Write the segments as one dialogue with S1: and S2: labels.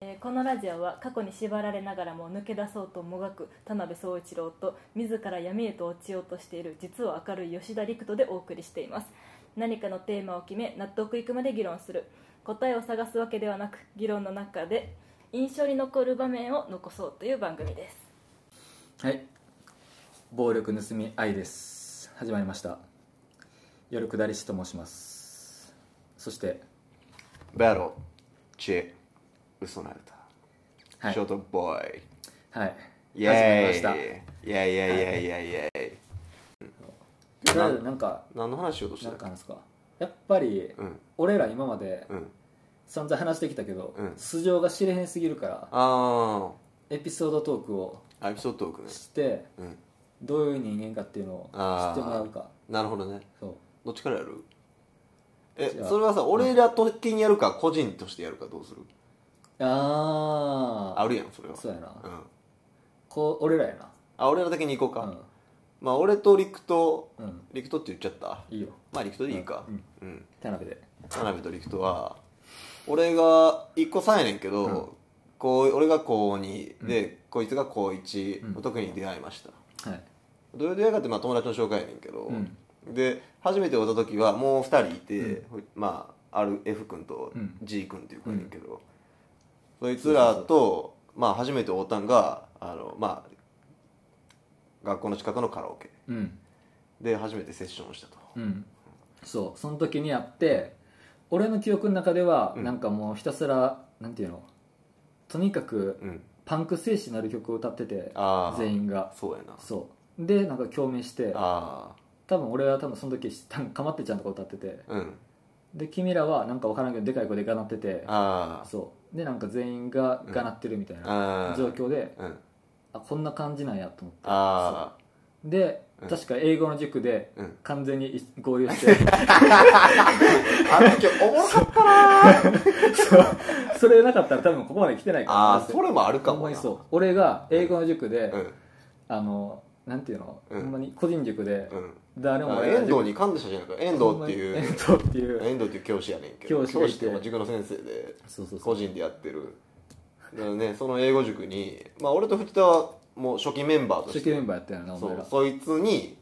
S1: えーこのラジオは過去に縛られながらも抜け出そうともがく田辺総一郎と自ら闇へと落ちようとしている実は明るい吉田陸斗でお送りしています何かのテーマを決め納得いくまで議論する答えを探すわけではなく議論の中で印象に残る場面を残そうという番組です
S2: はい暴力盗み愛です始まりました夜下り師と申しますそして
S3: ベロ、チェ、ウソナル
S2: は
S3: タ、
S2: い
S3: ショートボーイ、
S2: はい
S3: イェーイ
S2: 始まり
S3: イェーイイェーイイェーイイェーイイェーイ
S2: ましたなんか
S3: 何の話しようとして
S2: なん
S3: た
S2: かなんですかやっぱり、
S3: うん
S2: 俺ら今まで
S3: うん。
S2: 散々話してきたけど、
S3: うん
S2: 素性が知れへんすぎるから
S3: あ
S2: エピソードトークを
S3: ー、エピソードトークね。
S2: して
S3: うん。
S2: どういう人間かっていうのを
S3: あー
S2: 知ってもらうか
S3: なるほどね。
S2: そう
S3: どっちからやるえ
S2: じゃ、あ
S3: それはさ、俺らときにやるか、個人としてやるかどうする
S2: ああ
S3: あるやん、それは。
S2: そうやな
S3: うん。
S2: こう俺らや
S3: あ、俺らだけに行こう
S2: な
S3: か。まあ、俺と陸と、
S2: うん
S3: 陸とって言っちゃった。
S2: いいよ
S3: まあ、陸とでいいか。
S2: うん
S3: うん。
S2: 田辺で
S3: 田辺と陸とは俺が1個3やねんけど、こう俺が高2で、こいつが高1、
S2: うん
S3: 特に出会いました
S2: はい
S3: どういう出会いかって、まあ、友達の紹介やねんけど、
S2: うん
S3: で初めて会った時はもう2人いて、まあある F 君と
S2: うん
S3: G 君っていう子やねんけど、そいつらとまあ初めて会ったんがあのまあ学校の近くのカラオケ
S2: うん
S3: で初めてセッションをしたと、
S2: うんそうその時にやって俺の記憶の中では、
S3: うん
S2: なんかもうひたすらなんていうのとにかく
S3: うん、
S2: パンク精神のある曲を歌ってて
S3: ああ
S2: 全員が
S3: そうやな
S2: そうでなんか共鳴して
S3: あ
S2: 多分俺は多分その時多 分かまってちゃんとか歌ってて
S3: あうん
S2: で君らはなんか分からんけどでかい声でがなってて
S3: ああ
S2: そうでなんか全員ががなってるみたいな
S3: ああ
S2: 状況で、
S3: うん
S2: あこんな感じなんやと思って
S3: あ
S2: で、
S3: うん
S2: 確か英語の塾で
S3: うん
S2: 完全に一合流して、
S3: ああの時おもろかった
S2: それなかったら多分ここまで来てないから
S3: ああそれもあるか
S2: ほん
S3: も
S2: まに
S3: な
S2: そう俺が英語の塾で、
S3: うん
S2: あのなんていうの、
S3: うん
S2: ほんまに個人塾で、
S3: うん
S2: 誰も
S3: あ
S2: 俺が
S3: 遠藤に感謝したじゃないか遠藤って
S2: ほんまに
S3: いう
S2: 遠藤っていう
S3: 遠藤っていう教師やねんけど
S2: 教師がいて
S3: っていうか塾の先生で
S2: そうそうそ
S3: 個
S2: う
S3: 人でやってるだからねその英語塾にまあ俺と藤田はもう初期メンバーと
S2: 初
S3: し
S2: 期メ
S3: て
S2: ンバーやったよなお
S3: そ
S2: 前ら
S3: う
S2: そ
S3: そいつに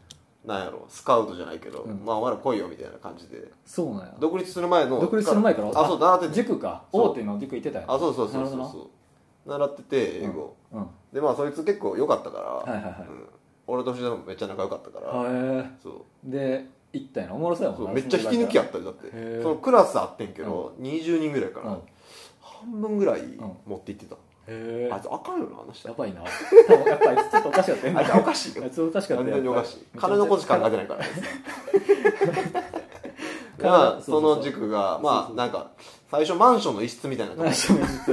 S3: なんやろスカウトじゃないけど
S2: うん
S3: まあお前ら来いよみたいな感じで
S2: うなんや
S3: 独立する前の
S2: 独立する前から
S3: あそう習ってて
S2: 塾か
S3: そう
S2: 大手の塾行ってたよ
S3: あそうそうそうそ
S2: な
S3: う
S2: るほ
S3: そう習ってて英語、
S2: どなうん
S3: でまあそいつ結構良かったから、
S2: はいはいはい
S3: うん俺と藤田もめっちゃ仲良かったから、
S2: へえ
S3: そう
S2: で行ったよなおもろそうやも
S3: そ
S2: ん
S3: う
S2: な
S3: めっちゃ引き抜きやったりだって
S2: へえ
S3: そのクラスあってんけど、20人ぐらいから、
S2: うん
S3: 半分ぐらい
S2: ん
S3: 持って行ってた、
S2: へえ
S3: あいつあかんよな話した
S2: やばいな多分やっぱあいつちょっとおかしかったよ
S3: あ
S2: ない
S3: つおかしいよ
S2: あいつおかしかった
S3: 完
S2: よ
S3: 全におかしい金のことしか考えてないから ね
S2: 金そうそ
S3: まあそ
S2: うそう
S3: の塾がまあなんか最初マンションの一室みた いなとこ
S2: マンションの実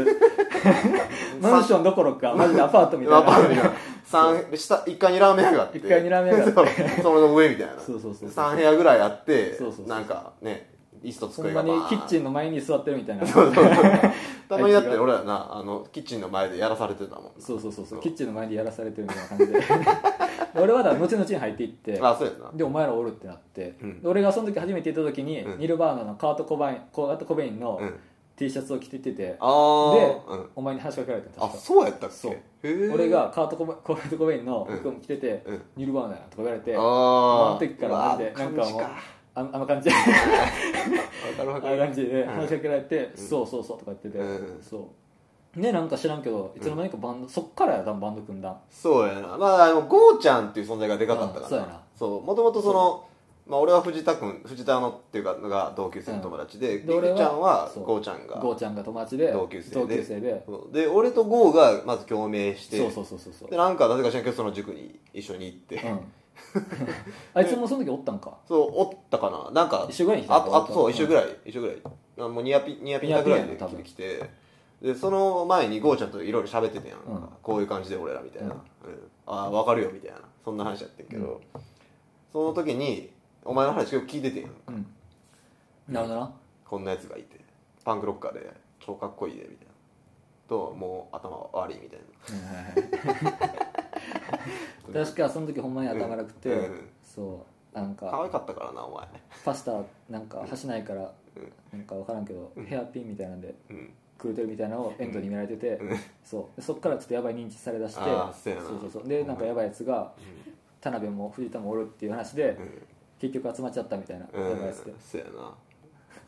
S2: マンションどころかマジでアパートみたい
S3: まあまあみたい
S2: な
S3: な三下1階にラーメン屋があって
S2: 一階にラーメン屋があって
S3: その上みたいな
S2: そうそうそう
S3: 3部屋ぐらいあって
S2: そうそうそう
S3: なんかね椅子と
S2: ほん
S3: 机
S2: ま
S3: が
S2: にキッチン
S3: ン
S2: の前に座ってるみたいな
S3: そうそうそう たまにだっ
S2: あいつ
S3: て
S2: が
S3: 俺らなあのキッチンの前でやらされてたもん
S2: そうそうそうそう
S3: そう
S2: キッチンの前でやらされてるみたいな感じで 俺はだから後々に入っていって
S3: あそうやな
S2: でお前らおるってなって、
S3: うん
S2: で俺がその時初めて行った時に、
S3: うん
S2: ニルバーナのカート・コバインカートコベインの
S3: うん
S2: T シャツを着ててて、
S3: ああ
S2: で、
S3: うん、
S2: お前に話しかけられた
S3: あ
S2: 確か
S3: そうやったっけ
S2: そう
S3: へえ
S2: 俺がカートコバコートコベインの
S3: うん
S2: 服も着てて、
S3: うん
S2: ニルバーナやとか言われて
S3: あ
S2: あ
S3: あ
S2: の時からマジで
S3: うわ
S2: なんかもう
S3: 感じ
S2: あの感じ
S3: わかる
S2: あ
S3: わか
S2: の
S3: る
S2: 感じで
S3: うん
S2: 話しかけられて、そうそうそうとか言ってて、
S3: うん
S2: そうねなんか知らんけどいつの間にかバンド、そっからや多分バンド組んだ
S3: そうやなまああのゴーちゃんっていう存在がでかかったから
S2: うんそうやな
S3: そうもともとそのまあ俺は藤田君藤田のっていうかのが同級生の友達で、
S2: で
S3: り
S2: 俺
S3: くちゃんは
S2: そう
S3: ゴーちゃんが
S2: ゴーちゃんが友達で
S3: 同級生で
S2: で
S3: そうで俺とゴーがまず共鳴して
S2: そうそうそうそうそう
S3: でなんかなぜか知らんけどその塾に一緒に行って、
S2: うん あいつもその時おったんか
S3: そうおったかななんか
S2: 一緒ぐらいに来た
S3: あとあとそう
S2: うん
S3: 一緒ぐらい、一緒ぐらいあもうニアピニアピンタぐらい
S2: ニ
S3: で
S2: アピンやな多分
S3: 来てでその前にゴーちゃんといろいろ喋ってたやんか、
S2: うん
S3: こういう感じで俺らみたいな、
S2: うん
S3: うんああ分かるよみたいなそんな話やってんけど、その時にお前の話よく聞いててんやん
S2: うんなるほどな
S3: こんなやつがいてパンクロッカーで超かっこいいでみたいなともう頭悪いみたいな
S2: 確かその時ほんまに頭悪くて、
S3: うんうん
S2: そうなんか
S3: 可愛かったからなお前
S2: パスタなんか箸ないから
S3: うん
S2: なんか分からんけど、ヘアピンみたいなんで
S3: うん
S2: く狂ってるみたいなのをエントに見られてて、そうでそっからちょっとやばい認知されだして
S3: あーそうやな
S2: そうそうそうでなんかやばいやつが田辺も藤田もおるっていう話で、結局集まっちゃったみたいな、
S3: うん、
S2: や
S3: う
S2: ばいや
S3: ん、
S2: つで
S3: そうやな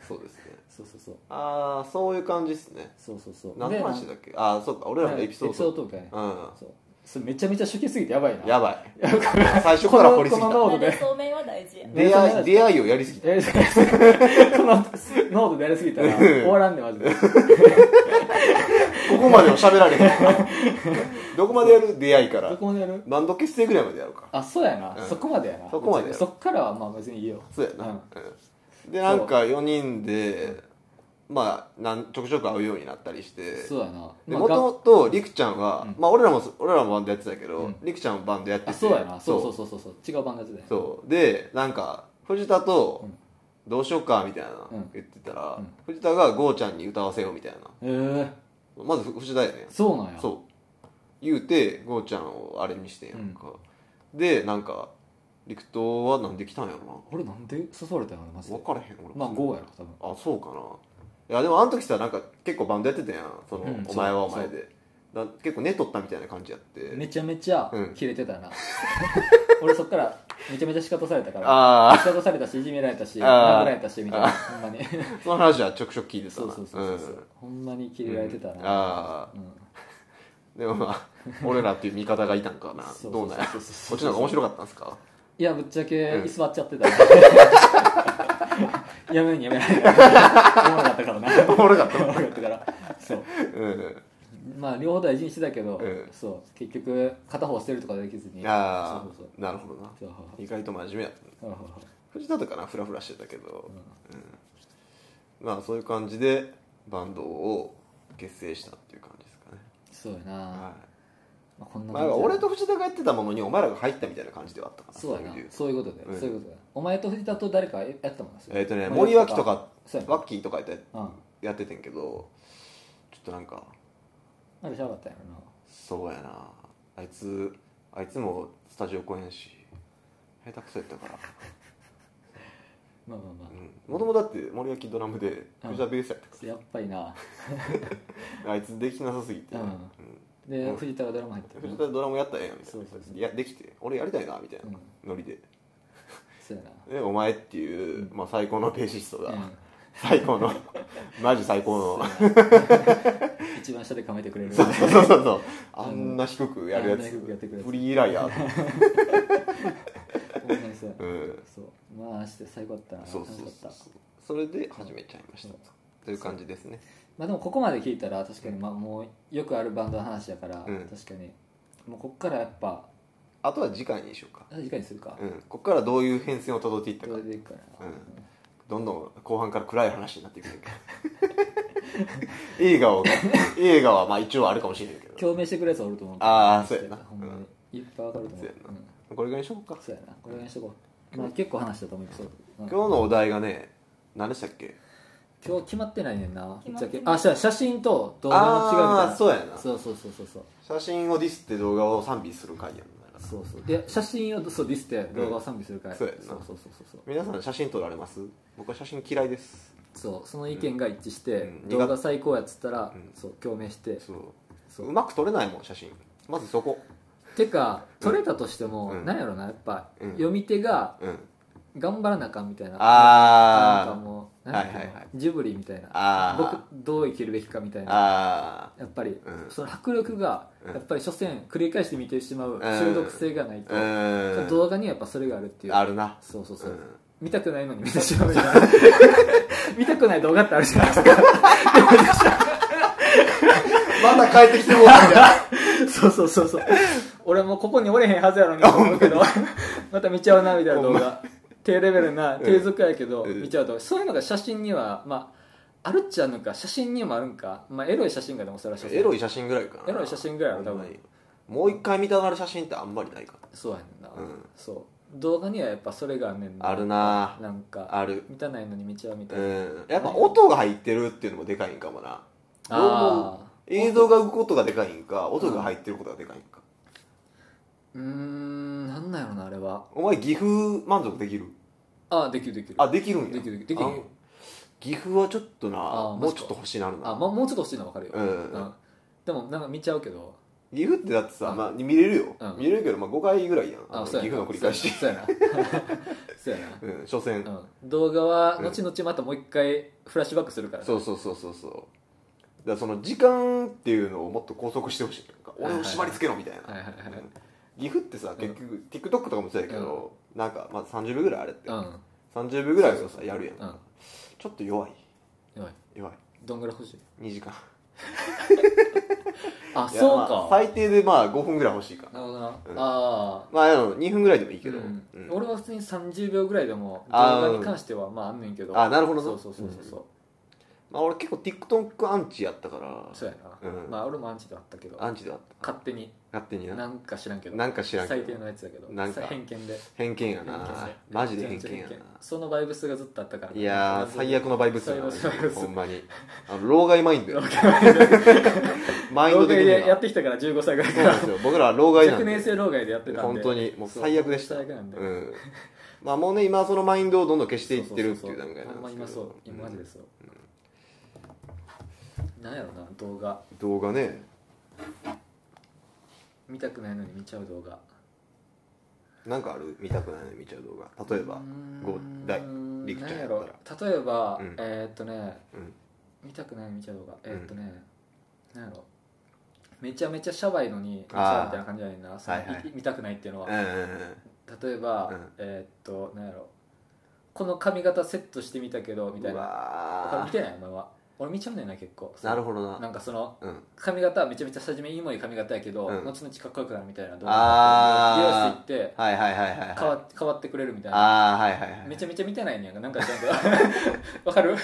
S3: そうですね
S2: そうそうそう
S3: ああそういう感じですね
S2: そうそうそう
S3: 何
S2: で
S3: の話だっけああそうか俺らのエピソード
S2: トークやね
S3: う
S2: そうそれめちゃめちゃ初期すぎてやばいなん
S3: やば い最初から掘りすぎ
S2: このこ
S3: た
S2: そうね
S1: 慣れそうめんは大事や
S2: ね
S3: 出会い出会いをやりすぎた
S2: やりすぎた このノートでやりすぎたら終わらんねマジで
S3: ここまでは喋られへ んどこまでやる出会いか
S2: ど
S3: ら
S2: こまでやる
S3: 何度結成ぐらいまでやるか
S2: あそうやな、
S3: うん
S2: そこまでやな
S3: そこまでや
S2: そっからはまあ別にいいよ
S3: そうやな、うんでなんか4人でまあなんちょくちょく会うようになったりして
S2: そうやな、ま
S3: で
S2: あ
S3: もともとりくちゃんは、
S2: うん
S3: まあ俺らも俺らもバンドやってたけ
S2: う
S3: ど
S2: ん
S3: りく、ちゃんもバンドやってて
S2: あそうやなそうそう
S3: そう
S2: そうそうそう違うバンドやってたよ
S3: そうでなんか藤田と
S2: うん
S3: どうしようかみたいな
S2: うん
S3: 言ってたら、
S2: うん
S3: 藤田がゴーちゃんに歌わせようみたいな
S2: へえー、
S3: まず藤田やねん
S2: そうなんや
S3: そう言うてゴーちゃんをあれにしてんやんか、でなんか陸東はなんで来たんやろ
S2: 俺なんで誘われたんやろマジ
S3: な
S2: で
S3: 分からへん俺
S2: まあ5やろ多分
S3: あそうかないやでもあの時さなんか結構バンドやってたやんその、
S2: うん
S3: お前はお
S2: そう
S3: 前でだ結構寝とったみたいな感じやって
S2: めちゃめちゃ
S3: うん
S2: キレてたな、 俺そっからめちゃめちゃ仕方されたから
S3: あ
S2: 仕方されたしいじめられたし
S3: あー
S2: 殴られたしみたいなほん まに
S3: あ その話はちょくちょく聞いてた
S2: そう
S3: な
S2: そうそうそう、ほんまにキレられてたな、
S3: うんあ
S2: うん
S3: うんでもまあ俺らっていう味方がいたんかな
S2: そうそうそう
S3: どうなんや
S2: そう
S3: こ
S2: そ
S3: っ
S2: うそう
S3: ちの方が面白かったんですか
S2: いやぶっちゃけ
S3: うん
S2: 居座っちゃってた、やめんやめんやめんおもろかったからな
S3: おもろかっ
S2: おもろかったからそう
S3: うん
S2: まあ両方大事にしてたけど、
S3: うん
S2: そう結局片方捨てるとかできずに
S3: ああ
S2: そうそう
S3: なるほどな
S2: そうそう
S3: 意外と真面目やったね
S2: そうそうそう
S3: 藤田とかなフラフラしてたけど、うんまあそういう感じでバンドを結成したっていう感じですかね、
S2: そうやな、
S3: は
S2: ま
S3: い
S2: あ、こんな
S3: ま
S2: 感
S3: あ、
S2: じだ
S3: 俺と藤田がやってたものにお前らが入ったみたいな感じではあったかな
S2: そうやな
S3: いう理由
S2: そういうことで、
S3: うん
S2: そういうことだお前と藤田と誰かやったもんな
S3: えっ、とね
S2: まあ
S3: 森脇とか
S2: そうやな
S3: ワッキーとかやって
S2: うん
S3: やっててんけどちょっとなんか
S2: あれしゃかったやろな
S3: そうやなあいつあいつもスタジオ来へんし下手くそやったから
S2: まあまあまあ、
S3: もともとだって森脇ドラムで
S2: うん
S3: 藤田ベースやったか
S2: やっぱりな
S3: ら、あいつできなさすぎて、
S2: うんで、藤田がドラマ入ってる
S3: 藤田ドラムやったらええやんみたい
S2: そう
S3: な
S2: そうそう
S3: いやできて俺やりたいなみたいな、ノリで
S2: そうやな
S3: でお前っていう、まあ、最高のベーシストが、
S2: うん
S3: 最高 のマジ最高の
S2: 一番下で構えてくれる
S3: そうそうそうそうあんな低くやるや
S2: あんな
S3: つ
S2: 低くやってくるやつ
S3: フリーライヤー、
S2: ほんまにそうや
S3: うん、
S2: そうまあして最高だったな
S3: そう
S2: 楽
S3: そう
S2: しかっ
S3: そ
S2: た
S3: うそれで始めちゃいました、
S2: うん
S3: という感じですね
S2: まあでもここまで聞いたら確かにまあもうよくあるバンドの話やから
S3: うん
S2: 確かにもうこっからやっぱ
S3: あとは次回にしようか、
S2: 何時間にするか
S3: うん、ここからどういう変遷をたどっていった
S2: ど
S3: か
S2: れでいくかな
S3: うんどんどん後半から暗い話になっていくね んけど映画を映画はまあ一応あるかもしれないけど
S2: 共鳴してくれるやつはおると思う
S3: あーそうやな
S2: ほんまにいっぱいわかると思う
S3: そうやな
S2: うん
S3: これぐらいにしようか
S2: そうやなこれぐらいにしとこうまあ結構話したと思うけどうん
S3: 今日のお題がね何でしたっけ
S2: 今日決まってないねんな
S1: 決まってない
S2: ぶっちゃけあそうや写真と動画の違いみたいな
S3: あーそうやな
S2: そうそうそうそうそう
S3: 写真をディスって動画を賛美する回やんだから
S2: そうそうで写真をそうディスって動画を賛美するから、
S3: うんそうやな
S2: そうそうそうそう
S3: 皆さん写真撮られます僕は写真嫌いです
S2: そうその意見が一致して、
S3: うん
S2: 動画最高やっつったら、
S3: うん
S2: そう共鳴して
S3: そう
S2: そう
S3: うまく撮れないもん写真まずそこ
S2: てか撮れたとしても、
S3: うん
S2: なんやろなやっぱ、
S3: うん
S2: 読み手が
S3: うん
S2: 頑張らなあかんみたいな
S3: あー
S2: なんかもうなんていうの
S3: はいはいはい
S2: ジブリみたい
S3: あー
S2: な僕どう生きるべきかみたいな
S3: あ
S2: やっぱり、
S3: うん
S2: その迫力が、
S3: うん
S2: やっぱり所詮繰り返して見てしまう中毒性がないと、
S3: あうん
S2: 動画にはやっぱそれがあるっていう
S3: あるな
S2: そうそうそう、
S3: うん
S2: 見たくないのに見てしまうじゃ ない見たくない動画ってあるじゃないですか
S3: まだ帰ってきてもらう
S2: そうそうそうそう俺もうここにおれへんはずやろにと思うけど また見ちゃうなみたいな動画低レベルな低俗やけど、
S3: うん
S2: 見ちゃうとそういうのが写真にはまああるっちゃあるのか写真にもあるんか、まあ、エロい写真がでもそれは写真
S3: エロい写真ぐらいかな
S2: エロい写真ぐらいは多分
S3: ほんまにもう一回見たがる写真ってあんまりないか
S2: そうやねんな、
S3: うん
S2: そう動画にはやっぱそれがあんねん
S3: らあるな
S2: なんか
S3: ある
S2: 見たないのに見ちゃうみた
S3: う
S2: いな、
S3: んやっぱ音が入ってるっていうのもでかいんかもなどう
S2: あ
S3: も映像が動くことがでかいんか音が入ってることがでかいんか
S2: ーうーんなんなんやろなあれは
S3: お前岐阜満足できる
S2: あできるできる
S3: あできるんや
S2: できるできるできへん
S3: あの岐阜はちょっとな
S2: あ
S3: もうちょっと欲しいなるな
S2: あ、ま、もうちょっと欲しいのは分かるよ、
S3: うん
S2: でもなんか見ちゃうけど
S3: 岐阜ってだってさ、
S2: うん
S3: まあ、見れるよ、
S2: うん
S3: 見れるけど、まあ、5回ぐらいやんあ
S2: あ
S3: の岐
S2: そうや
S3: 阜
S2: な
S3: の繰り返し
S2: そうやな そうやな
S3: うん初戦、
S2: うん、動画は
S3: うん
S2: 後々またもう一回フラッシュバックするからな
S3: そうそうそうそうそうだからその時間っていうのをもっと拘束してほしいなんか
S2: はい
S3: 俺を縛り付けろみたいな、
S2: はいはいはいはい
S3: うん岐阜ってさ結局、TikTok とかもそうやけど、なんかまあ30秒ぐらいあれって、
S2: うん
S3: 30秒ぐらいをさやるやん、
S2: うん
S3: ちょっと弱い
S2: やばい
S3: 弱い
S2: どんぐらい欲しい
S3: 2時間
S2: あ
S3: いや
S2: そう
S3: まあ
S2: か、
S3: 最低でまあ5分ぐらい欲しいか
S2: な
S3: ら
S2: るほどな、
S3: うん
S2: ああ
S3: まあでも2分ぐらいでもいいけど、
S2: うん
S3: うん
S2: 俺は普通に30秒ぐらいでも動
S3: あー
S2: 画に関してはまああんねんけど
S3: あなるほどな
S2: そうそうそうそう、
S3: まあ、俺結構 TikTok アンチやったから
S2: そうやな、
S3: うん
S2: まあ俺もアンチではあったけど
S3: アンチであった
S2: 勝手に
S3: 勝手にな
S2: なんか知らんけど
S3: なんか知らんけ
S2: 最
S3: ど
S2: 低のやつだけど
S3: なんか
S2: 偏見で
S3: 偏見や
S2: 偏見
S3: な
S2: で
S3: マジで偏見
S2: 全
S3: や
S2: 然
S3: な
S2: そのバイブスがずっとあったから
S3: いやー最悪のバイブスやな
S2: 最悪のバイブス
S3: ほんまにあの老害マインドやマイン
S2: 老
S3: ド的
S2: 害
S3: に
S2: でや
S3: は
S2: ってきたから15歳ぐらい
S3: そ
S2: か
S3: うな
S2: ら
S3: んですよ僕らは老害なん
S2: 若年性
S3: で
S2: 老害でやってたんで
S3: 本当にもう最悪でした
S2: そう最悪なんで、
S3: うんまあもうね今はそのマインドをどんどん消していってるっていう段階
S2: そそそそ
S3: なん
S2: ほんま
S3: で
S2: 今
S3: す
S2: そう
S3: けど
S2: 今マジでそう、なんやろな動画
S3: うん動画ね
S2: 見たくないのに見ちゃう動画
S3: なんかある見たくないの見ちゃう動画例えば
S2: うーん
S3: ゴダイリクちゃんやったら
S2: なんやろ例えば、
S3: うん
S2: えーっとね
S3: うん
S2: 見たくないの見ちゃう動画
S3: うん
S2: えーっとね、なんやろめちゃめちゃシャバいのに見ちゃうみたいな感じじゃないなその
S3: はいはい
S2: い見たくないっていうのは、
S3: うんうんうん
S2: 例えば、
S3: うん
S2: えーっとなんやろこの髪型セットしてみたけどみたいうな
S3: わ
S2: これ
S3: ー
S2: 見てないお前は俺見ちゃうねんな結構
S3: なるほど
S2: な
S3: なん
S2: かその
S3: うん
S2: 髪型はめちゃめちゃ初めいいもいい髪型やけど、
S3: うん
S2: 後々かっこよくなるみたいな動
S3: あ
S2: 画美容室行って
S3: はいはいはいはいはい
S2: 変わ変わってくれるみたいな
S3: ああはいはいはい
S2: めちゃめちゃ見てないねんやんかなんかちゃんと わかる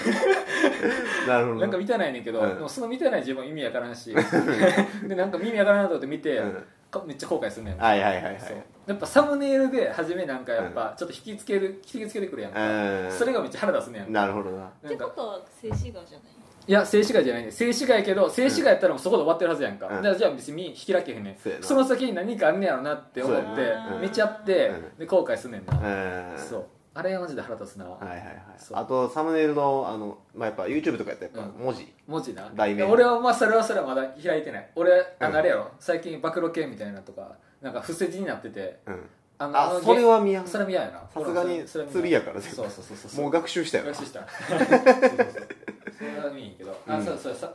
S3: なるほど
S2: なんか見てないねんけど、
S3: う
S2: で
S3: ん
S2: もその見てない自分意味わからんし でなんか意味わからんなと思って見て、
S3: うん
S2: かめっちゃ後悔すんねん、
S3: はいはいはいはい
S2: そうやっぱサムネイルで初めなんかやっぱちょっと引きつける引きつけてくるやんか、
S3: うん
S2: それがめっちゃ腹出すねんやんか
S3: なるほどな
S4: っ
S2: な
S4: て
S2: んか
S4: ことは静止画じゃない
S2: いや静止画じゃないね静止画やけど静止画やったらもうそこで終わってるはずやんか、
S3: うん
S2: だからじゃあ別に引きらけへんねん
S3: そうやな
S2: その先に何かあんねやろなって思って
S3: そう
S4: やな
S2: 見ちゃって、
S3: うん
S2: で後悔すんねんな、
S3: うん
S2: そうあれはマジで腹立つな、
S3: はいはいはい
S2: そう
S3: あとサムネイルのあの、まあ、やっぱ YouTube とかやったらやっぱ文字、
S2: 文字な
S3: 題名
S2: 俺はまあそれはそれはまだ開いてない俺あ
S3: うん
S2: のあれやろ、最近暴露系みたいなとかなんか伏せ字になってて
S3: うん
S2: あの
S3: あ
S2: の
S3: それは見やん
S2: それは嫌やな
S3: さすがに
S2: 俺はそれは見
S3: 釣りやから
S2: そうそうそうそう
S3: もう学習したよな
S2: 学習したそうそうそうそれは見えへんけど、
S3: う
S2: あ
S3: ん
S2: そうそうさ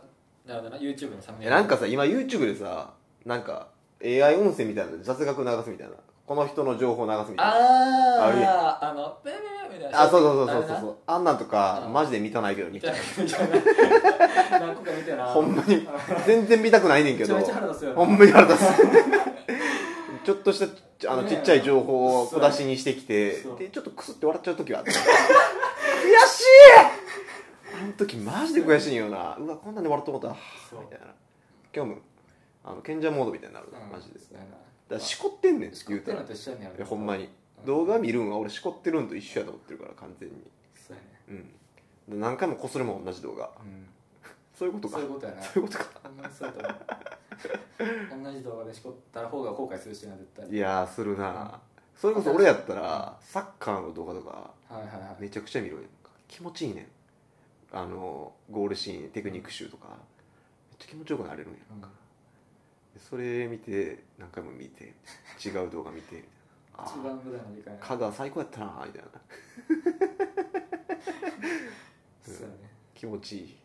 S2: なるほどな YouTube のサムネイ
S3: え
S2: ル
S3: なんかさ今 YouTube でさなんか AI 音声みたいなので雑学流すみたいなこの人の情報流すみたいなあるや
S2: あーあのベベベベみたいな
S3: あそうそうそうそ
S2: あれ
S3: うそう
S2: な
S3: そうあんなんとか
S2: うん
S3: マジで見たないけど見
S2: み
S3: た
S2: たい
S3: い
S2: な何個か見てな
S3: ほんまに全然見たくないねんけど
S2: めちゃめちゃ腹立つよな
S3: ほんまに腹立 つちょっとしたちあの
S2: ね
S3: ち
S2: え
S3: っちゃい情報を小出しにしてきて
S2: そう
S3: でちょっとクスって笑っちゃう時はあっ た悔しいあの時マジで悔しいんよなうわこんなんで笑ってもうた
S2: そう
S3: みたいな今日もあの賢者モードみたいになるな、
S2: うん
S3: マジでだ
S2: そうやな
S3: からしこってんねん
S2: しこ
S3: 言
S2: っ
S3: うた
S2: て
S3: ら
S2: るのと一緒やねんあ
S3: い
S2: れ
S3: やほんまに
S2: うん
S3: 動画見るんは俺しこってるんと一緒やと思ってるから完全に
S2: そうやね
S3: うん何回もこするもん同じ動画
S2: う
S3: そういうこと
S2: ん
S3: か
S2: そういうことやな
S3: そういうことか
S2: ほんまにそうやと思う同じ動画でしこったら方が後悔するしな絶対
S3: いやーするなそれこそ俺やったらサッカーの動画とか
S2: はいはいはい
S3: めちゃくちゃ見ろやんか気持ちいいねんあのゴールシーンテクニック集とかめっちゃ気持ちよくなれるんや
S2: うん
S3: それ見て何回も見て違う動画見て みたいなあ
S2: 一番無駄な理解や
S3: ー
S2: な
S3: 香川最高やったなみたいな
S2: そうやね
S3: 気持ちいい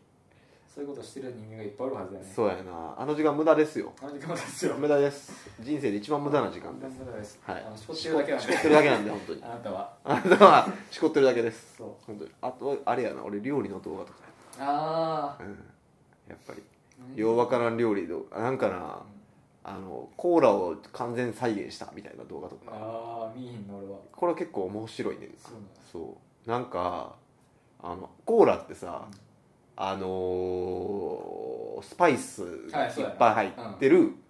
S2: そういうことしてる人間がいっぱいおるはずやね
S3: そうやなあの時間無駄ですよ
S2: あの時間ですよ
S3: 無駄です人生で一番無駄な時間です
S2: 無駄です
S3: はい
S2: あのしこってるだけなん
S3: し
S2: で
S3: こってるだけなんで本当に
S2: あなたは
S3: あなたはしこってるだけです
S2: そう
S3: 本当にあとあれやな俺料理の動画とか
S2: あ
S3: うんやっぱり
S2: あ
S3: ようわからん料理のなんかなあのコーラを完全再現したみたいな動画とか
S2: ああ見えへんの俺は
S3: これは結構面白いねんな
S2: そうなんや
S3: そうなんかあのコーラってさ、
S2: うん
S3: あのースパイスが
S2: はいい
S3: っ
S2: そうやな
S3: ぱい入ってる、
S2: うん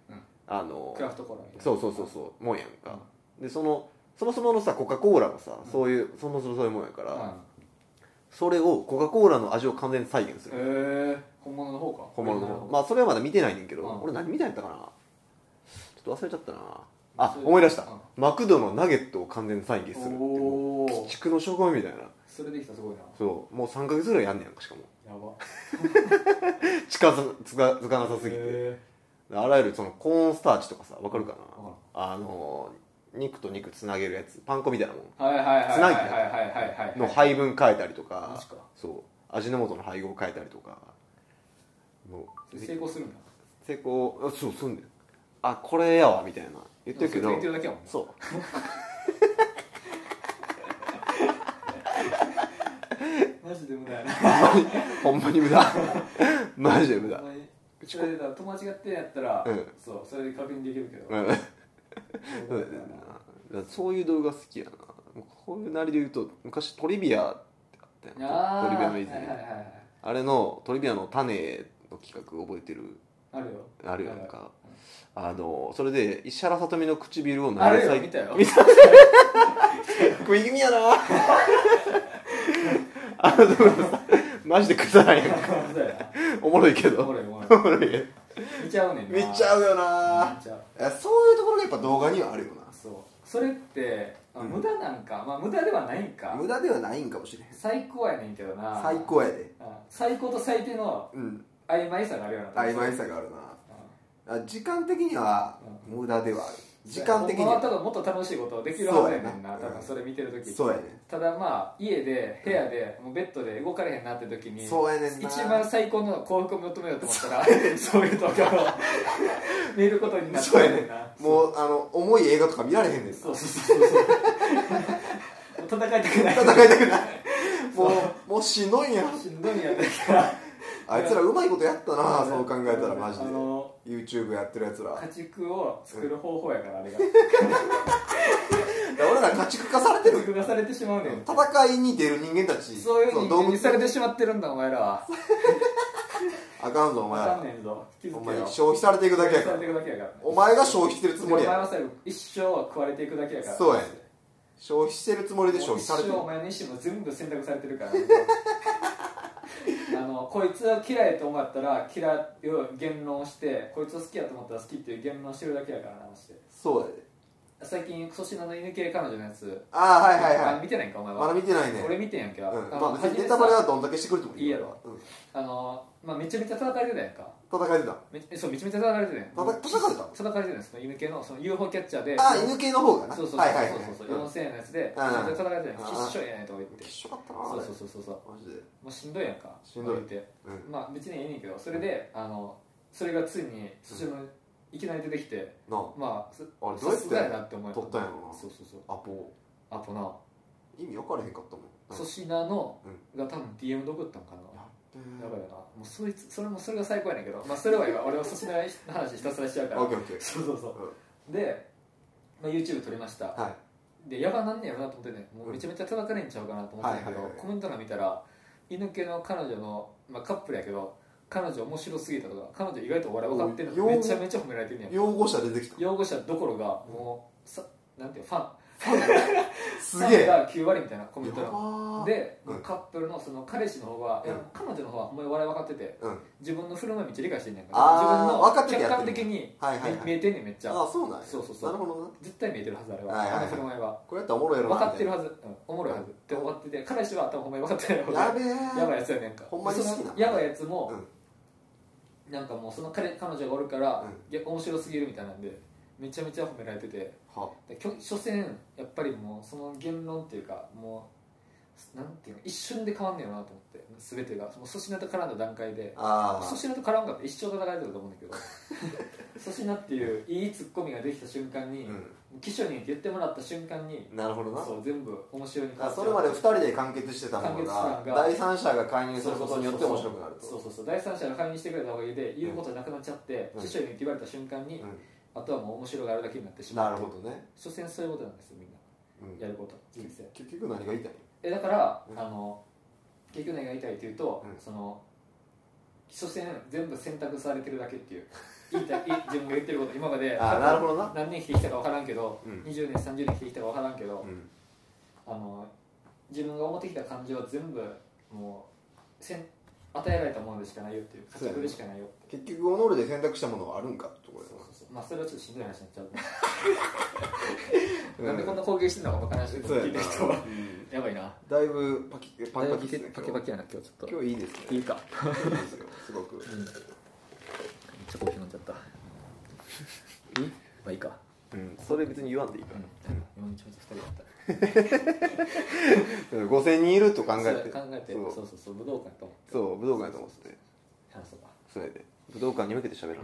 S3: あのー
S2: クラフトコーラみたいな
S3: そうそうそうそうもんやんか、でそのそもそものさコカ・コーラもさ、
S2: うん
S3: そういうそもそもそういうもんやから、
S2: うん
S3: それをコカ・コーラの味を完全に再現する、
S2: へえ本物の方か
S3: 本物の方まあそれはまだ見てないねんけど、
S2: うん
S3: 俺何見たんやったかなちょっと忘れちゃったなあ
S2: それ
S3: 思い出した
S2: うん
S3: マクドのナゲットを完全に再現するっていう
S2: おお
S3: 地区の職場みたいな
S2: それできたらすごいな
S3: そうもう3か月ぐらいやんねやんかしかも
S2: やば
S3: 近づつかづかなさすぎて
S2: へ
S3: あらゆるそのコーンスターチとかさわかるかな
S2: ーわ
S3: あの肉と肉つなげるやつパン粉みたいなもん
S2: からんはいはいはい
S3: つな
S2: はい
S3: ぎ
S2: はいはいはいはい
S3: の配分変えたりとか
S2: マジか
S3: そう味の素の配合変えたりとかもう
S2: 成功するんだ
S3: 成功あそうすんねんあこれやわみたいな言ってるけど
S2: 言ってるだけやもん
S3: そう
S2: マジで無駄やな
S3: ほんまに無駄マジで無駄
S2: ほんまにそれだ友達がやってんやったら、
S3: うん
S2: そうそれで確認できるけど、
S3: うん
S2: 無
S3: そ
S2: 駄
S3: う
S2: だよ
S3: やねんなだからそういう動画好きやなこういうなりで言うと昔トリビアってあった
S2: な
S3: やんトリビアの泉、
S2: はいはいはいはい
S3: あれのトリビアの種の企画覚えてる
S2: あるよ
S3: あるやんかあのそれで石原さとみの唇を
S2: ある
S3: る
S2: よ見たよ
S3: 見た食い気味やな あの動画さマジでくだらんやんか
S2: そうだよな
S3: おもろいけ
S2: おも
S3: ど
S2: ろいおも
S3: お
S2: ろい
S3: もろいけど
S2: 見ちゃうねんな
S3: 見ちゃうよ
S2: 見
S3: な
S2: ちゃう
S3: いやそういうところがやっぱ動画にはあるよな
S2: そうそれって、あ
S3: うん
S2: 無駄なんかまあ無駄ではないんか
S3: 無駄ではないんかもしれへん
S2: 最高やねんけどな
S3: 最高やで
S2: うん最高と最低の
S3: うん
S2: 曖昧さがあるよな
S3: 曖昧さがあるなあ時間的には無駄ではある時間的に
S2: は多
S3: は
S2: 分もっと楽しいことできるはずやねんな
S3: そう
S2: 多
S3: やな
S2: 分それ見てるとき
S3: そうやね
S2: ただまあ家で部屋でもうベッドで動かれへんなって時に
S3: そうやねんな
S2: 一番最高の幸福を求めようと思ったらそういう動画を見ることになって
S3: そうやね
S2: んな
S3: もうあの重い映画とか見られへんねんな
S2: そうそうそうそうもう戦いたくない
S3: 戦いたくないもうもうしんどいんや
S2: しんどいんやってきたら
S3: あいつらうまいことやったなそう考えたらマジ
S2: あ
S3: で
S2: の
S3: YouTube やってるやつらだか
S2: 家畜を作る方法やからあれが
S3: ら俺ら家畜化されて
S2: 家
S3: る
S2: 畜がされてしまうねん
S3: 戦いに出る人間たち
S2: そういう人間
S3: 動物
S2: にされてしまってるんだお前らは
S3: あかんぞお
S2: 分
S3: 前
S2: からんねんぞ気づ
S3: お
S2: け
S3: 前
S2: よ
S3: 消費されていくだけやか
S2: さ
S3: ら
S2: れてるだけやから
S3: お前が消費してるつもり
S2: お前
S3: や
S2: は最後一生は食われていくだけやから
S3: そうやねん消費してるつもりで消費されてる
S2: もう一生お前の意思も全部選択されて るからあのこいつを嫌いと思ったら嫌いを言論してこいつを好きやと思ったら好きっていう言論してるだけやからなマジで
S3: そうやで
S2: 最近粗品の犬系彼女のやつ
S3: ああはいはいは
S2: あ
S3: い
S2: 見てないんかお前は
S3: まだ見てないね
S2: 俺見てんやんけ、
S3: う
S2: あ
S3: ん
S2: の
S3: まあ別
S2: 初
S3: に
S2: め
S3: ネ
S2: さ
S3: タバレはどんだけしてくれてもいい
S2: いいやろ
S3: うん
S2: あの、まあ、めちゃめちゃ叩かれてたやんか
S3: 戦えてた
S2: めえそうめちゃめちゃ叩かれてたやん
S3: 叩叩かれた
S2: 叩かれてたやんその犬系のその UFO キャッチャーで
S3: ああ犬系の方がな
S2: そうそうそうそう
S3: はいはいはい
S2: そう
S3: うん
S2: 4000円のやつでめち
S3: うん
S2: ゃめちゃ叩かれてたやん
S3: うん
S2: きっしょいやねんとか言って
S3: きっしょかったなあ
S2: そう
S3: れ
S2: そうそうそうそう
S3: マジで
S2: もうしんどいやんか
S3: しんどい
S2: 言うて
S3: うん
S2: まあ別にええねんけどそれであのそれがついにそちらのいきなり出てきて
S3: なあ
S2: まあす
S3: あれどう
S2: さ
S3: やって
S2: すがやなって思え
S3: 撮ったんやろな
S2: そうそうそう
S3: アポ
S2: あとな
S3: 意味分からへんかったもんうん
S2: 粗品の
S3: う
S2: が多分 DM で送ったんかな
S3: やって
S2: やばいよなもうそいつそれもそれが最高やねんけどまあそれはいい わ俺は粗品の話ひたすらしちゃうか
S3: ーオ
S2: ら
S3: ッケーオッケー
S2: そうそうそうで、まあ、YouTube 撮りました、
S3: はい
S2: でやばなんねやろなと思ってねもうめちゃめちゃ叩かれんちゃうかなと思ってたけど、
S3: はいはいはい
S2: コメント欄見たら犬系の彼女の、まあ、カップルやけど彼女面白すぎたとか彼女意外とお笑い分かってるの
S3: お
S2: めちゃめちゃ褒められてるねん
S3: 擁護者出てきた
S2: 擁護者どころがもうさなんていうファン
S3: すげえ
S2: ファンが9割みたいなコメント
S3: やば
S2: 欄
S3: ー
S2: で、
S3: うん
S2: カップルのその彼氏の方は、いや
S3: うん
S2: 彼女の方はほんまにお笑い分かってて
S3: うん
S2: 自分の振る舞いめっちゃ理解してんねんから自分
S3: あー
S2: の
S3: 分かっててや
S2: 客観
S3: ってる
S2: 的に
S3: はいはいは
S2: 見
S3: い
S2: えてんねんめっちゃ
S3: ああそうなんや
S2: そうそうそう
S3: なるほどな
S2: 絶対見えてるはずあれは,、
S3: はいはい
S2: あ
S3: はい
S2: の振る舞いは
S3: これやったらおもろいやろ
S2: 分
S3: な
S2: かってるはず、うん、おもろいはずって終わってて彼氏は多分ほんまに分かってない
S3: やべえ
S2: やばいやつやねんか
S3: ほんまに好きな
S2: そのやばいやつも
S3: う、ん
S2: なんかもうその彼彼女がおるから、
S3: う
S2: いや面白すぎるみたいなんでめちゃめちゃ褒められてて
S3: は
S2: できょ所詮やっぱりもうその言論っていうかもうなんていうの一瞬で変わんねえよなと思って全てがもう粗品と絡んだ段階で
S3: ああ
S2: 粗品と絡んかったら一生戦えてると思うんだ けど粗品っていういいツッコミができた瞬間に、
S3: う
S2: 記者に言ってもらった瞬間に
S3: んなるほどな
S2: そう全部面白いに変わ
S3: あ
S2: っちゃう
S3: それまで2人で完結してたもの
S2: 完
S3: が
S2: 結したのが
S3: 第三者が介入することによって面白くなる
S2: そう
S3: と
S2: そうそう第三者が介入してくれたおかげで言うことなくなっちゃって、
S3: うん
S2: 師匠に言われた瞬間に、
S3: う
S2: あとはもう面白があるだけになってし
S3: ん
S2: まう
S3: なるほどね
S2: 所詮そういうことなんですよみんな
S3: うん
S2: やること人生
S3: 結局何が言いたい
S2: えだから、
S3: うん
S2: あの結局何が言いたいというと、
S3: うん
S2: その所詮全部選択されてるだけっていう言いたいい自分が言ってること今まで
S3: あなるほどな
S2: 何年生きてきたか分からんけど、
S3: うん
S2: 20年30年生きてきたか分からんけど、
S3: うん
S2: あの自分が思ってきた感情は全部もうせん与えられたものでしかないよっていう価
S3: そうやね
S2: 値でしかないよって
S3: 結局己で選択したものはあるんかってとこ
S2: そう
S3: ろ
S2: そう
S3: やな
S2: そうまあそれはちょっとしんどい話になっちゃうなんでこんな攻撃してんのか分からんし
S3: そうや
S2: 聞い
S3: な
S2: た人はやばいな
S3: だいぶパキパキパキですね
S5: パキパキやな今日ちょっと
S3: 今日今日いいです
S5: い
S3: ね
S5: いか
S3: いいですよすごく
S5: うんめっちゃコーヒー飲んじゃったいいまあいいか
S3: うんそれ別に言わんでいいか
S2: 今めちゃめちゃ二人だった
S3: ら5000人いると考えて
S2: そう考えて
S3: そう
S2: そうそうそう武道館と思って
S3: そう武道館やと思ってて
S2: 話そうか、
S3: それで武道館に向けて喋らないと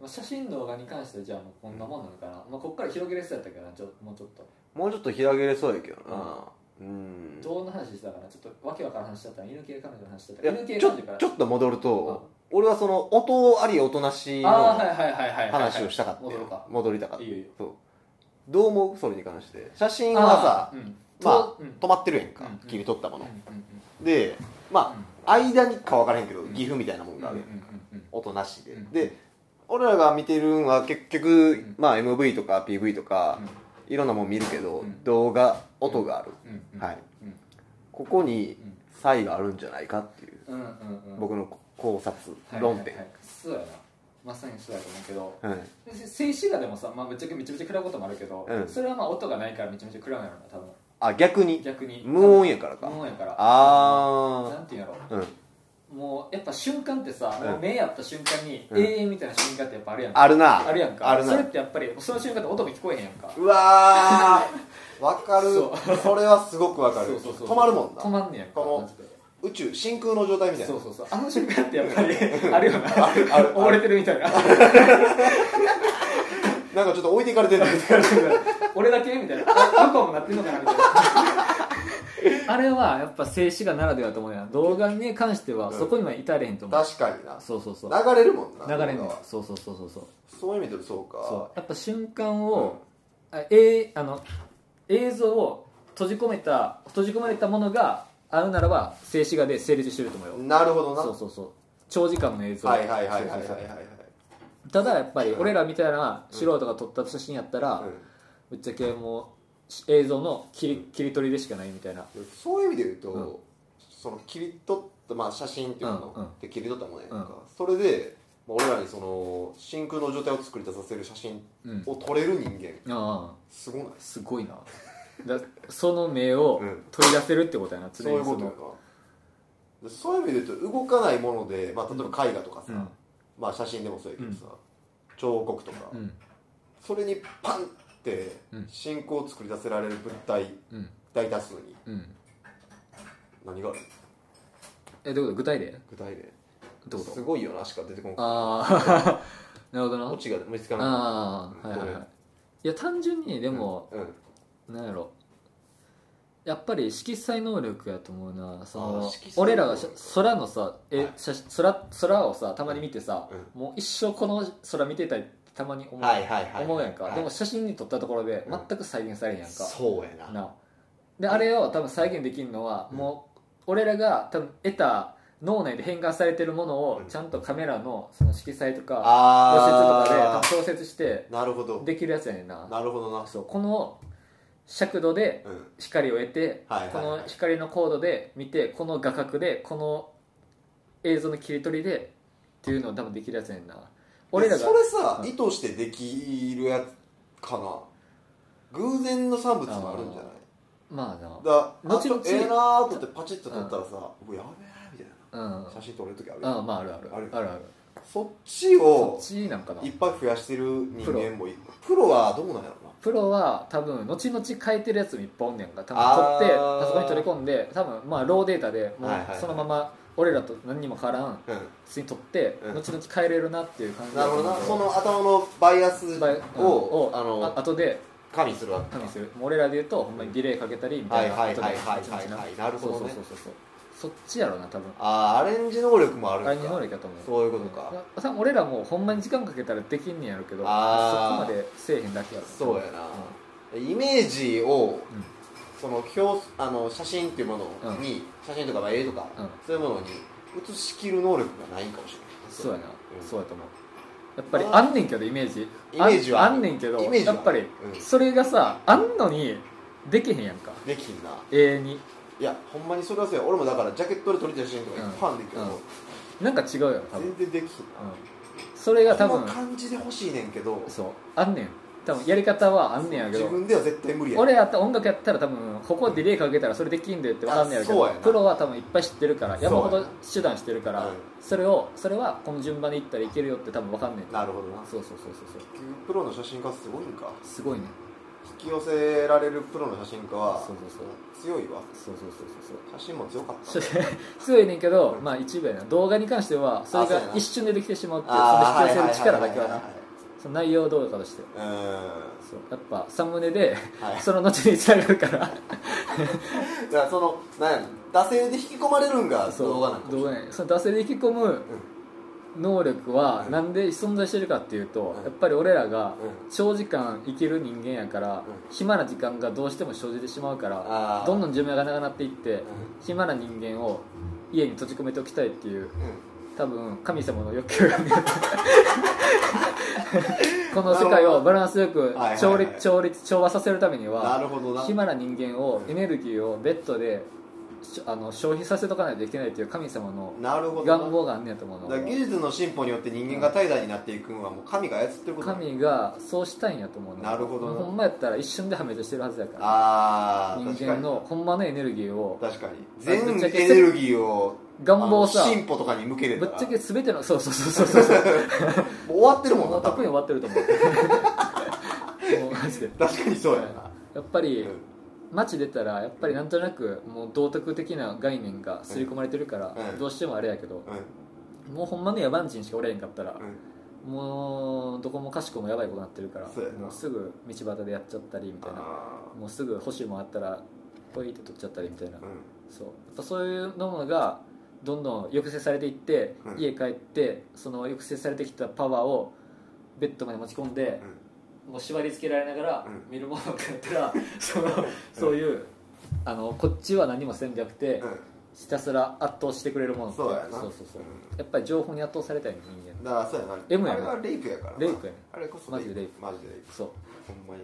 S2: まあ、写真動画に関してはじゃあもうこんなもんなのかな、まあ、こっから広げれそうやったからちょもうちょっと
S3: もうちょっと開けれそうやけどなうん
S2: どんな話してたかなちょっとわけわからん話しちゃったら犬系彼女の話しちゃっ
S3: い
S2: た
S3: や
S2: ら犬系
S3: ち
S2: 彼
S3: ょ
S2: 女から
S3: ちょっと戻ると俺はその音あり音なしの
S2: ああはいはいはいはいはい
S3: 話をしたかったよ
S2: 戻ろうか
S3: 戻りたかった
S2: いいよいいよ
S3: そうどう思うそれに関して写真はさ
S2: あーうん
S3: まあ
S2: とうん
S3: 止まってるやんか
S2: うん
S3: 切り取った
S2: う
S3: も
S2: ん
S3: の
S2: うん
S3: でまあ間にか分からへんけど岐阜みたいなもんがあ
S2: うんうんうん
S3: る
S2: うん
S3: 音なしで
S2: うん
S3: で俺らが見てるんは結局
S2: ん
S3: まあ MV とか PV とか
S2: うん
S3: いろんなもん見るけど
S2: うん
S3: 動画音がある
S2: うんうん
S3: はい
S2: うん
S3: ここに
S2: うん
S3: 差異があるんじゃないかっていう
S2: うんうんうん
S3: 僕の考察
S2: はいはいはい
S3: 論点
S2: そうやなまさにそうやと思うけど
S3: はい
S2: せ静止画でもさ、まあ、ぶっちゃけめちゃめちゃ食らうこともあるけど、
S3: うん
S2: それはまあ音がないからめちゃめちゃ食らうやろな多
S3: あ逆
S2: 分
S3: に
S2: 逆に
S3: 無音やからか
S2: 無音やからな
S3: あ
S2: んていうんやろ
S3: あうん
S2: もうやっぱ瞬間ってさ、
S3: うん
S2: もう目やった瞬間に、
S3: うん
S2: 永遠みたいな瞬間ってやっぱあるやんか
S3: あるな
S2: あるやんか
S3: あるな
S2: それってやっぱりその瞬間って音が聞こえへんやんか
S3: うわーわかる
S2: そ
S3: それはすごくわか
S2: そ
S3: る
S2: うそうそう
S3: 止まるもん
S2: 止
S3: な
S2: まんねやんか
S3: この
S2: マジで
S3: 宇宙真空の状態みたいな
S2: そうそうそうあの瞬間ってやっぱりあるよな
S3: ある
S2: 溺れてるみたいな
S3: なんかちょっと置いていか れてる
S2: 俺だけみたいなあ向こうもなってんのかなみたいなあれはやっぱ静止画ならではと思うやん動画に関しては
S3: うん
S2: そこには至れへんと思う、
S3: 確かにな
S2: そうそうそう
S3: 流れるもんな
S2: 流れんのよそうそうそうそうそう
S3: そういう意味でそう
S2: そ
S3: か
S2: うやっぱ瞬間を、あえーあの映像を閉じ込めた閉じ込めれたものがあるならば静止画で成立してると思うよ、
S3: なるほどな
S2: そうそうそう長時間の映像
S3: はいはいはいはいはい
S2: そうそうそ
S3: はいう
S2: ただやっぱり
S3: うん
S2: 俺らみたいな素人が撮った写真やったら、
S3: う
S2: ぶっちゃけもうし映像の切り切り取りでしかないみたいなん
S3: そういう意味で言うと、
S2: うん
S3: その切り取った、まあ、写真っていうの、
S2: うんうん
S3: で切り取ったものやんか、それで、まあ、俺らにその真空の状態を作り出させる写真
S2: うん
S3: を撮れる人間
S2: ああ
S3: すごない
S2: すごいなだその目を
S3: うん
S2: 取り出せるってことやな常
S3: そ
S2: に
S3: ういうことやなでそういう意味で言うと動かないもので、まあ、例えば絵画とか
S2: う
S3: さ、
S2: ん
S3: まあ、写真でもそうやけどさ、彫刻とか、
S2: そのうん
S3: それにパンって
S2: うん
S3: 進行を作り出せられる物体
S2: うん
S3: 大多数に
S2: うん
S3: 何がある
S2: えどういうこと具体例
S3: 具体例
S2: どういうこと
S3: すごいよなしか出てこない
S2: ああ なるほどな
S3: オチが思いつかない
S2: ああはいはいはいいや単純にでも、
S3: うん、
S2: なんやろやっぱり色彩能力やと思うなそ
S3: あー
S2: の
S3: 色彩能力
S2: 俺らがし空のさえ、
S3: はい
S2: 写真空空をさたまに見てさ、
S3: う
S2: もう一生この空見てたいってたまに思う,、
S3: はいはいはい
S2: 思うやんか、
S3: はい
S2: でも写真に撮ったところで
S3: うん
S2: 全く再現されへんやんか、
S3: そうやな
S2: なであれを多分再現できるのは、
S3: うん
S2: もう俺らが多分得た脳内で変換されてるものを
S3: うん
S2: ちゃんとカメラのその色彩とか調節とかで多
S3: あ
S2: 分調節して
S3: あなるほど
S2: できるやつやねんな
S3: なるほどな
S2: そうこの尺度で
S3: うん
S2: 光を得て、
S3: はいはいはい
S2: この光の高度で見てこの画角でこの映像の切り取りでっていうのを多分できるやつやねんな俺らが
S3: それさ、
S2: うん
S3: 意図してできるやつかな偶然の産物もあるんじゃない
S2: まあな
S3: だ
S2: 後々
S3: 後々ええなーと思ってパチッと撮ったらさ「うわやべえ」みたいな
S2: うん
S3: 写真撮れる時ある
S2: あまああるある
S3: ある
S2: あるある
S3: そっち
S2: そ
S3: を
S2: っちなんかない
S3: っぱい増やしてる人間もいるプロはどうなんやろうな
S2: プロは多分後々変えてるやつもいっぱいおんねんか多
S3: あ
S2: 分
S3: ー
S2: 取ってパソコンに取り込んで多分まあローデータでもう
S3: はいはいはい
S2: そのまま俺らと何にも変わらん
S3: う
S2: 普通に取って
S3: うん
S2: 後々変えれるなっていう感じ
S3: ん、なるほどな
S2: だと
S3: そ
S2: 思う
S3: の頭のバイアス
S2: けど
S3: を、
S2: を
S3: あの
S2: あ後で
S3: 加味するわけ
S2: 加味するもう俺らで言うとほんまにディレイかけたりみたいな
S3: はいはいはい
S2: 後で
S3: はい
S2: 後々な
S3: はいなるほどね
S2: そうそうそうそうそっちやろな多分
S3: ああアレンジ能力もあるん
S2: あ
S3: か
S2: れに能力だと思う
S3: そういうことか、
S2: まあ多分俺らもほんまに時間かけたらできんねんやろうけどそこ
S3: あー
S2: までせえへんだけやろ
S3: そうやな、イメージを、
S2: ん
S3: その表あの写真っていうものに、写真とかまあ絵とか、
S2: うん
S3: そういうものに映しきる能力がないんかもしれない
S2: そうやな、
S3: うん
S2: そうやと思うやっぱり
S3: まあ
S2: あんねんけどイメージ
S3: イメージは
S2: あんあんねんけど
S3: イメージは
S2: やっぱり
S3: うん
S2: それがさあんのにできへんやんか
S3: できんな
S2: 永遠に
S3: いやほんまにそれはそうや俺もだからジャケットで撮りたい写真とかいっぱいあるんだけど、
S2: うんなんか違うよ多分、うん
S3: 全然できんな、
S2: それが
S3: こ
S2: 多
S3: の
S2: 分
S3: 感じで欲しいねんけど
S2: そうあんねん多分やり方はあんねんやけ
S3: 自
S2: ど
S3: 分では絶対無理や
S2: 俺やったら音楽やったら多分ここディレイかけたらそれできんだよって分かんねやろうけ
S3: あそう
S2: ど
S3: やな
S2: プロは多分いっぱい知ってるから
S3: そうや
S2: 山
S3: な
S2: ほど手段してるから
S3: うん
S2: それをそれはこの順番でいったらいけるよって多分分かんねえ
S3: なるほどな
S2: そうそうそうそうそう
S3: プロの写真家すごいんか
S2: すごいね
S3: 引き寄せられるプロの写真家は
S2: そうそうそう
S3: 強いわ
S2: そうそうそうそうそう
S3: 写真も強かっ
S2: そ
S3: た
S2: して強いねんけど、まあ、一部やな動画に関してはそれ
S3: あそうや
S2: が
S3: な
S2: 一瞬でできてしまうっていうそ
S3: あー
S2: の引き寄せる力だけは
S3: はい
S2: なその内容動画として
S3: はいはいはいは
S2: そうやっぱサムネで、
S3: はい
S2: その後につながるから
S3: いうんじゃあそのなんや惰性で引き込まれるんが
S2: そう
S3: 動画なんかもしれ
S2: 動
S3: ない
S2: 画ねその惰性で引き込む能力は
S3: うん
S2: なんで存在してるかっていうと、
S3: うん
S2: やっぱり俺らが
S3: う
S2: 長時間生きる人間やから、
S3: う
S2: 暇な時間がどうしても生じてしまうから
S3: あー
S2: どんどん寿命が長くなっていって、暇な人間を家に閉じ込めておきたいっていう
S3: うんうん
S2: 多分神様の欲求が見え たこの世界をバランスよく
S3: はいはいはい
S2: 調律調律調和させるために
S3: な
S2: は
S3: るほどな
S2: 暇な人間をエネルギーをベッドでしょあの消費させとかないといけないという神様の
S3: なるほどな
S2: 願望があんねやと思うの
S3: だから技術の進歩によって人間が怠惰になっていくのはもう神が操ってること
S2: 神がそうしたいんやと思うの
S3: なるほどな
S2: ほんまやったら一瞬で破滅してるはずやから
S3: ああ
S2: 人
S3: 確か
S2: 間
S3: に
S2: のほんまのエネルギーを
S3: 確かに
S2: あぶっ
S3: 全
S2: ちゃけ
S3: エネルギーを
S2: 願望をさ
S3: あの進歩とかに向けれ
S2: ぶ
S3: た
S2: っ
S3: ら
S2: ちゃ
S3: も
S2: け全てのそうそうそうそうそう
S3: う終 わってるもん
S2: も
S3: な
S2: うと
S3: 多
S2: っくに終
S3: 分
S2: わってると思 うもうマジで
S3: 確かにそうやな
S2: やっぱり
S3: うん
S2: 街出たらやっぱりなんとなくもう道徳的な概念が刷り込まれてるから
S3: うん
S2: どうしてもあれやけどもうほんまの野蛮人しかおれへんかったら
S3: うんうん
S2: もうどこもかしこもやばいことになってるから
S3: そうやな
S2: もうすぐ道端でやっちゃったりみたいな
S3: あ
S2: もうすぐ欲しいもんあったらポイって取っちゃったりみたいな
S3: ーうん
S2: そうやっぱそういうのもがどんどん抑制されていって
S3: うん
S2: 家帰ってその抑制されてきたパワーをベッドまで持ち込んでもう縛り付けられながら
S3: うん
S2: 見るものがやった ら、そのそういうあのこっちは何もせんじゃなくて、
S3: うん
S2: ひたすら圧倒してくれるものって
S3: そうやな
S2: そうそうそう
S3: う
S2: やっぱり情報に圧倒されたい人間
S3: だからそうやな
S2: M や
S3: あ
S2: な
S3: れはレイプやからな
S2: レイプやね
S3: あれこそ
S2: マジでレイプ
S3: マジでレイプ
S2: そう
S3: ほん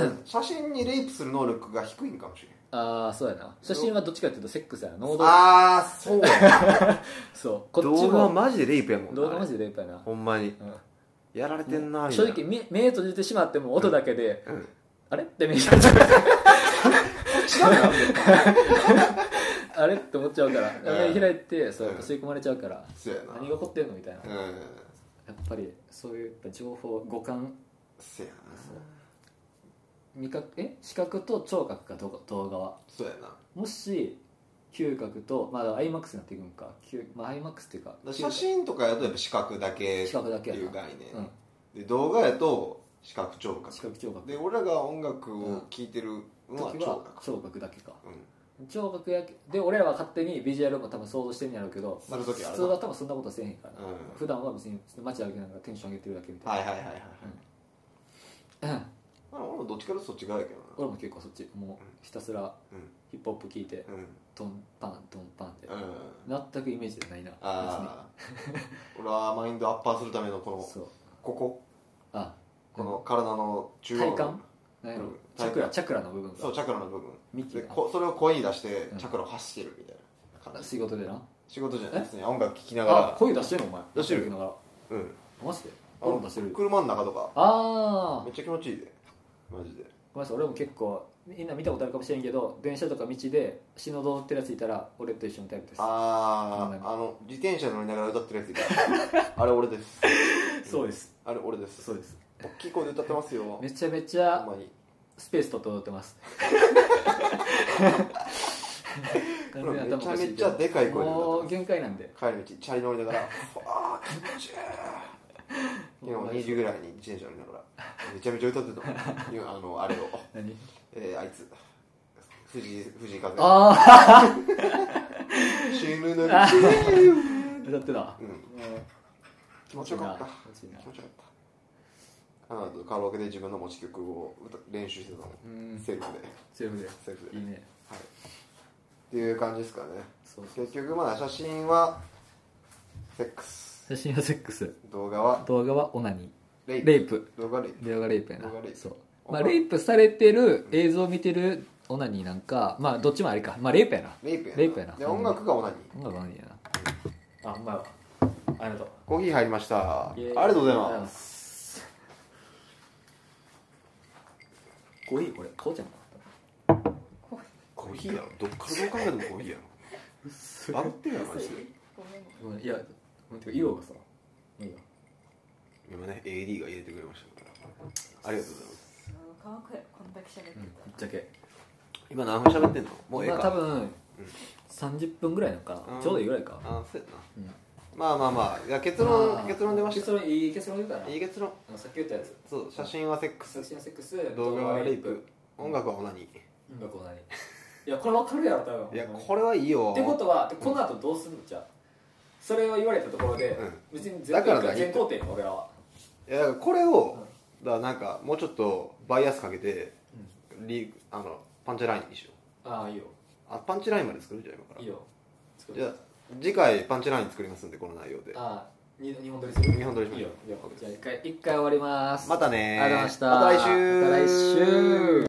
S3: まに写真に レイプする能力が低いんかもしれん
S2: ああそうやな写真はどっちかっていうとセックスやな能動
S3: ああそうや
S2: そう こっちも
S3: マジでレイプやも
S2: 動画マジ
S3: で
S2: でレイプやな
S3: ほんまに
S2: う
S3: やられてん
S2: ん
S3: な
S2: 正直目目閉じてしまっても音だけで、
S3: うん
S2: あれって目にな っちゃう
S3: 違うよ
S2: あれって思っちゃうから
S3: うん
S2: 目開いてそう
S3: うん
S2: 吸い込まれちゃうから
S3: そうやな
S2: 何が起こってんのみたいな
S3: うん
S2: やっぱりそういうやっぱ情報五感
S3: そうやな
S2: 味覚え視覚と聴覚かどうか動画は
S3: そうやなだか
S2: もし嗅覚とまあ IMAX になっていくんか、嗅まあ、IMAX っていうから嗅
S3: 写
S2: 覚
S3: 真とかやとやっぱ視覚だけ
S2: 視覚だけ
S3: っ
S2: や
S3: て
S2: な
S3: いう概念、
S2: うん、
S3: で動画やと視覚聴覚
S2: 視覚聴覚
S3: で俺らが音楽を聴いてるのは
S2: 時
S3: 聴
S2: は
S3: 覚、
S2: 聴覚だけか
S3: うん
S2: 聴覚やけで俺らは勝手にビジュアルも多分想像してるんやろうけど
S3: する時あ
S2: 普
S3: る
S2: 通は多分そんなことせえへんから、
S3: うん
S2: 普段は別に街歩きながらテンション上げてるだけみた
S3: はいいはいはいはい、
S2: な、うん
S3: まあ、俺もどっちからそっち側やけどな
S2: 俺も結構そっちもうひたすら
S3: う
S2: ヒップホップ聴いて
S3: んうん
S2: ドンパンドンパンって
S3: うん
S2: 全くイメージじゃないな
S3: ああ俺はマインドアッパーするためのこ
S2: 別に
S3: の
S2: そう
S3: ここ
S2: あ
S3: この体の中央の
S2: 体幹何やろ
S3: うん
S2: チャクラチャクラの部分
S3: そう
S2: が
S3: チャクラの部分
S2: 幹
S3: で
S2: が
S3: こそれを声に出して
S2: うん
S3: チャクラを発してるみたいな感じ、
S2: 仕事でな
S3: 仕事じゃ
S2: え
S3: ないですね音楽聴きなが
S2: あ
S3: ら
S2: 声出してるのお前
S3: 出してる
S2: ながら
S3: うん
S2: マジで
S3: あ
S2: 俺も出してる
S3: 車の中とか
S2: ああ
S3: めっちゃ気持ちいいでマジで
S2: ごめんなさい俺も結構みんな見たことあるかもしれんけど電車とか道で死の道の寺ついたら俺と一緒のタイプです
S3: あ
S2: うん
S3: ああの自転車乗りながら歌ってるやついたあれ俺です
S2: そうです
S3: あれ俺です
S2: そうです
S3: 大きい声で歌ってますよほ
S2: めちゃめちゃ
S3: んまに
S2: スペース取って踊ってます
S3: これめちゃめちゃでかい声で歌ってます
S2: もう限界なんで
S3: 帰り道チャリ乗りながら 「ああ気持ちいい」昨
S2: もう
S3: 日2時ぐらいに自転車乗りながらめちゃめちゃ歌ってたもん今あのあれを、
S2: 何
S3: えー、あいつ藤井藤井風
S2: あ
S3: 死ぬのに死ぬよ
S2: あ歌ってた
S3: うん気
S2: 気
S3: 持ちよかった
S2: 持ちいいな
S3: 気持ちよかったあのカラオケで自分の持ち曲を歌練習してたも
S2: うんん
S3: セルフで
S2: セーフで
S3: セルフで
S2: いいね
S3: はいっていう感じですかね
S2: そうそう
S3: 結局まあ写真はセックス
S2: 写真はセックス
S3: 動画は
S2: 動画はオナニ
S3: レイ
S2: ー
S3: プ
S2: レイプ
S3: 動画レイプ
S2: 動画レイプやな
S3: 動画レイプ
S2: そう、
S3: わ
S2: ま
S3: か
S2: あ、
S3: る
S2: レイプされてる映像を見てるオナニーなんかまあどっちもあれかまあレイプやな
S3: レイプやな
S2: レイプやな
S3: で音楽がオナニー
S2: 音楽はオナニーやなあうまいわありがとう
S3: コーヒー入りましたあ
S2: イエー
S3: り
S2: イ
S3: がとうございます
S2: すコーヒーこれ父ちゃん
S3: コーヒーやろどっからどう考えてもコーヒーやろバグってるやろマジで
S1: ごめんごめん
S2: ごめんいやごめんてか色がさいいよ
S3: 今ね AD が入れてくれましたからありがとうございます
S1: 乾くやろこんだけ喋って
S2: うんぶったちゃけ
S3: 今何分喋ってんのもうええ
S2: ま
S3: か
S2: あ多分30分ぐらいなのか
S3: う
S2: なんちょうどいいぐらいか
S3: あそうやな、
S2: うん
S3: まあまあまあいや結論、
S2: まあ
S3: 結論出ました
S2: 結論いい結論出たない
S3: い結論
S2: あのさっき言ったやつ
S3: そう写真はセックス
S2: 写真はセックス
S3: 動画はレイプ音楽はオナニ
S2: 音楽は何いやこれ分かるやろ多分
S3: ーいや
S2: ほんまに
S3: これはいいよ
S2: ってことはでこの後どうすんのじゃあそれを言われたところで、
S3: うん
S2: 別に
S3: だからだ
S2: 全肯定俺らはい
S3: やだからこれをだからなんかもうちょっとバイアスかけて、リあのパンチラインにしよう
S2: ああいいよ
S3: あパンチラインまで作るじゃあ今から
S2: いいよ作る
S3: じゃあ次回パンチライン作りますんでこの内容で
S2: ああに日本撮りする
S3: 日本撮りしましょ
S2: い
S3: う
S2: いよいいよじゃあ一回一回終わります
S3: またね
S2: ありがとうございました
S3: また来週
S2: また来週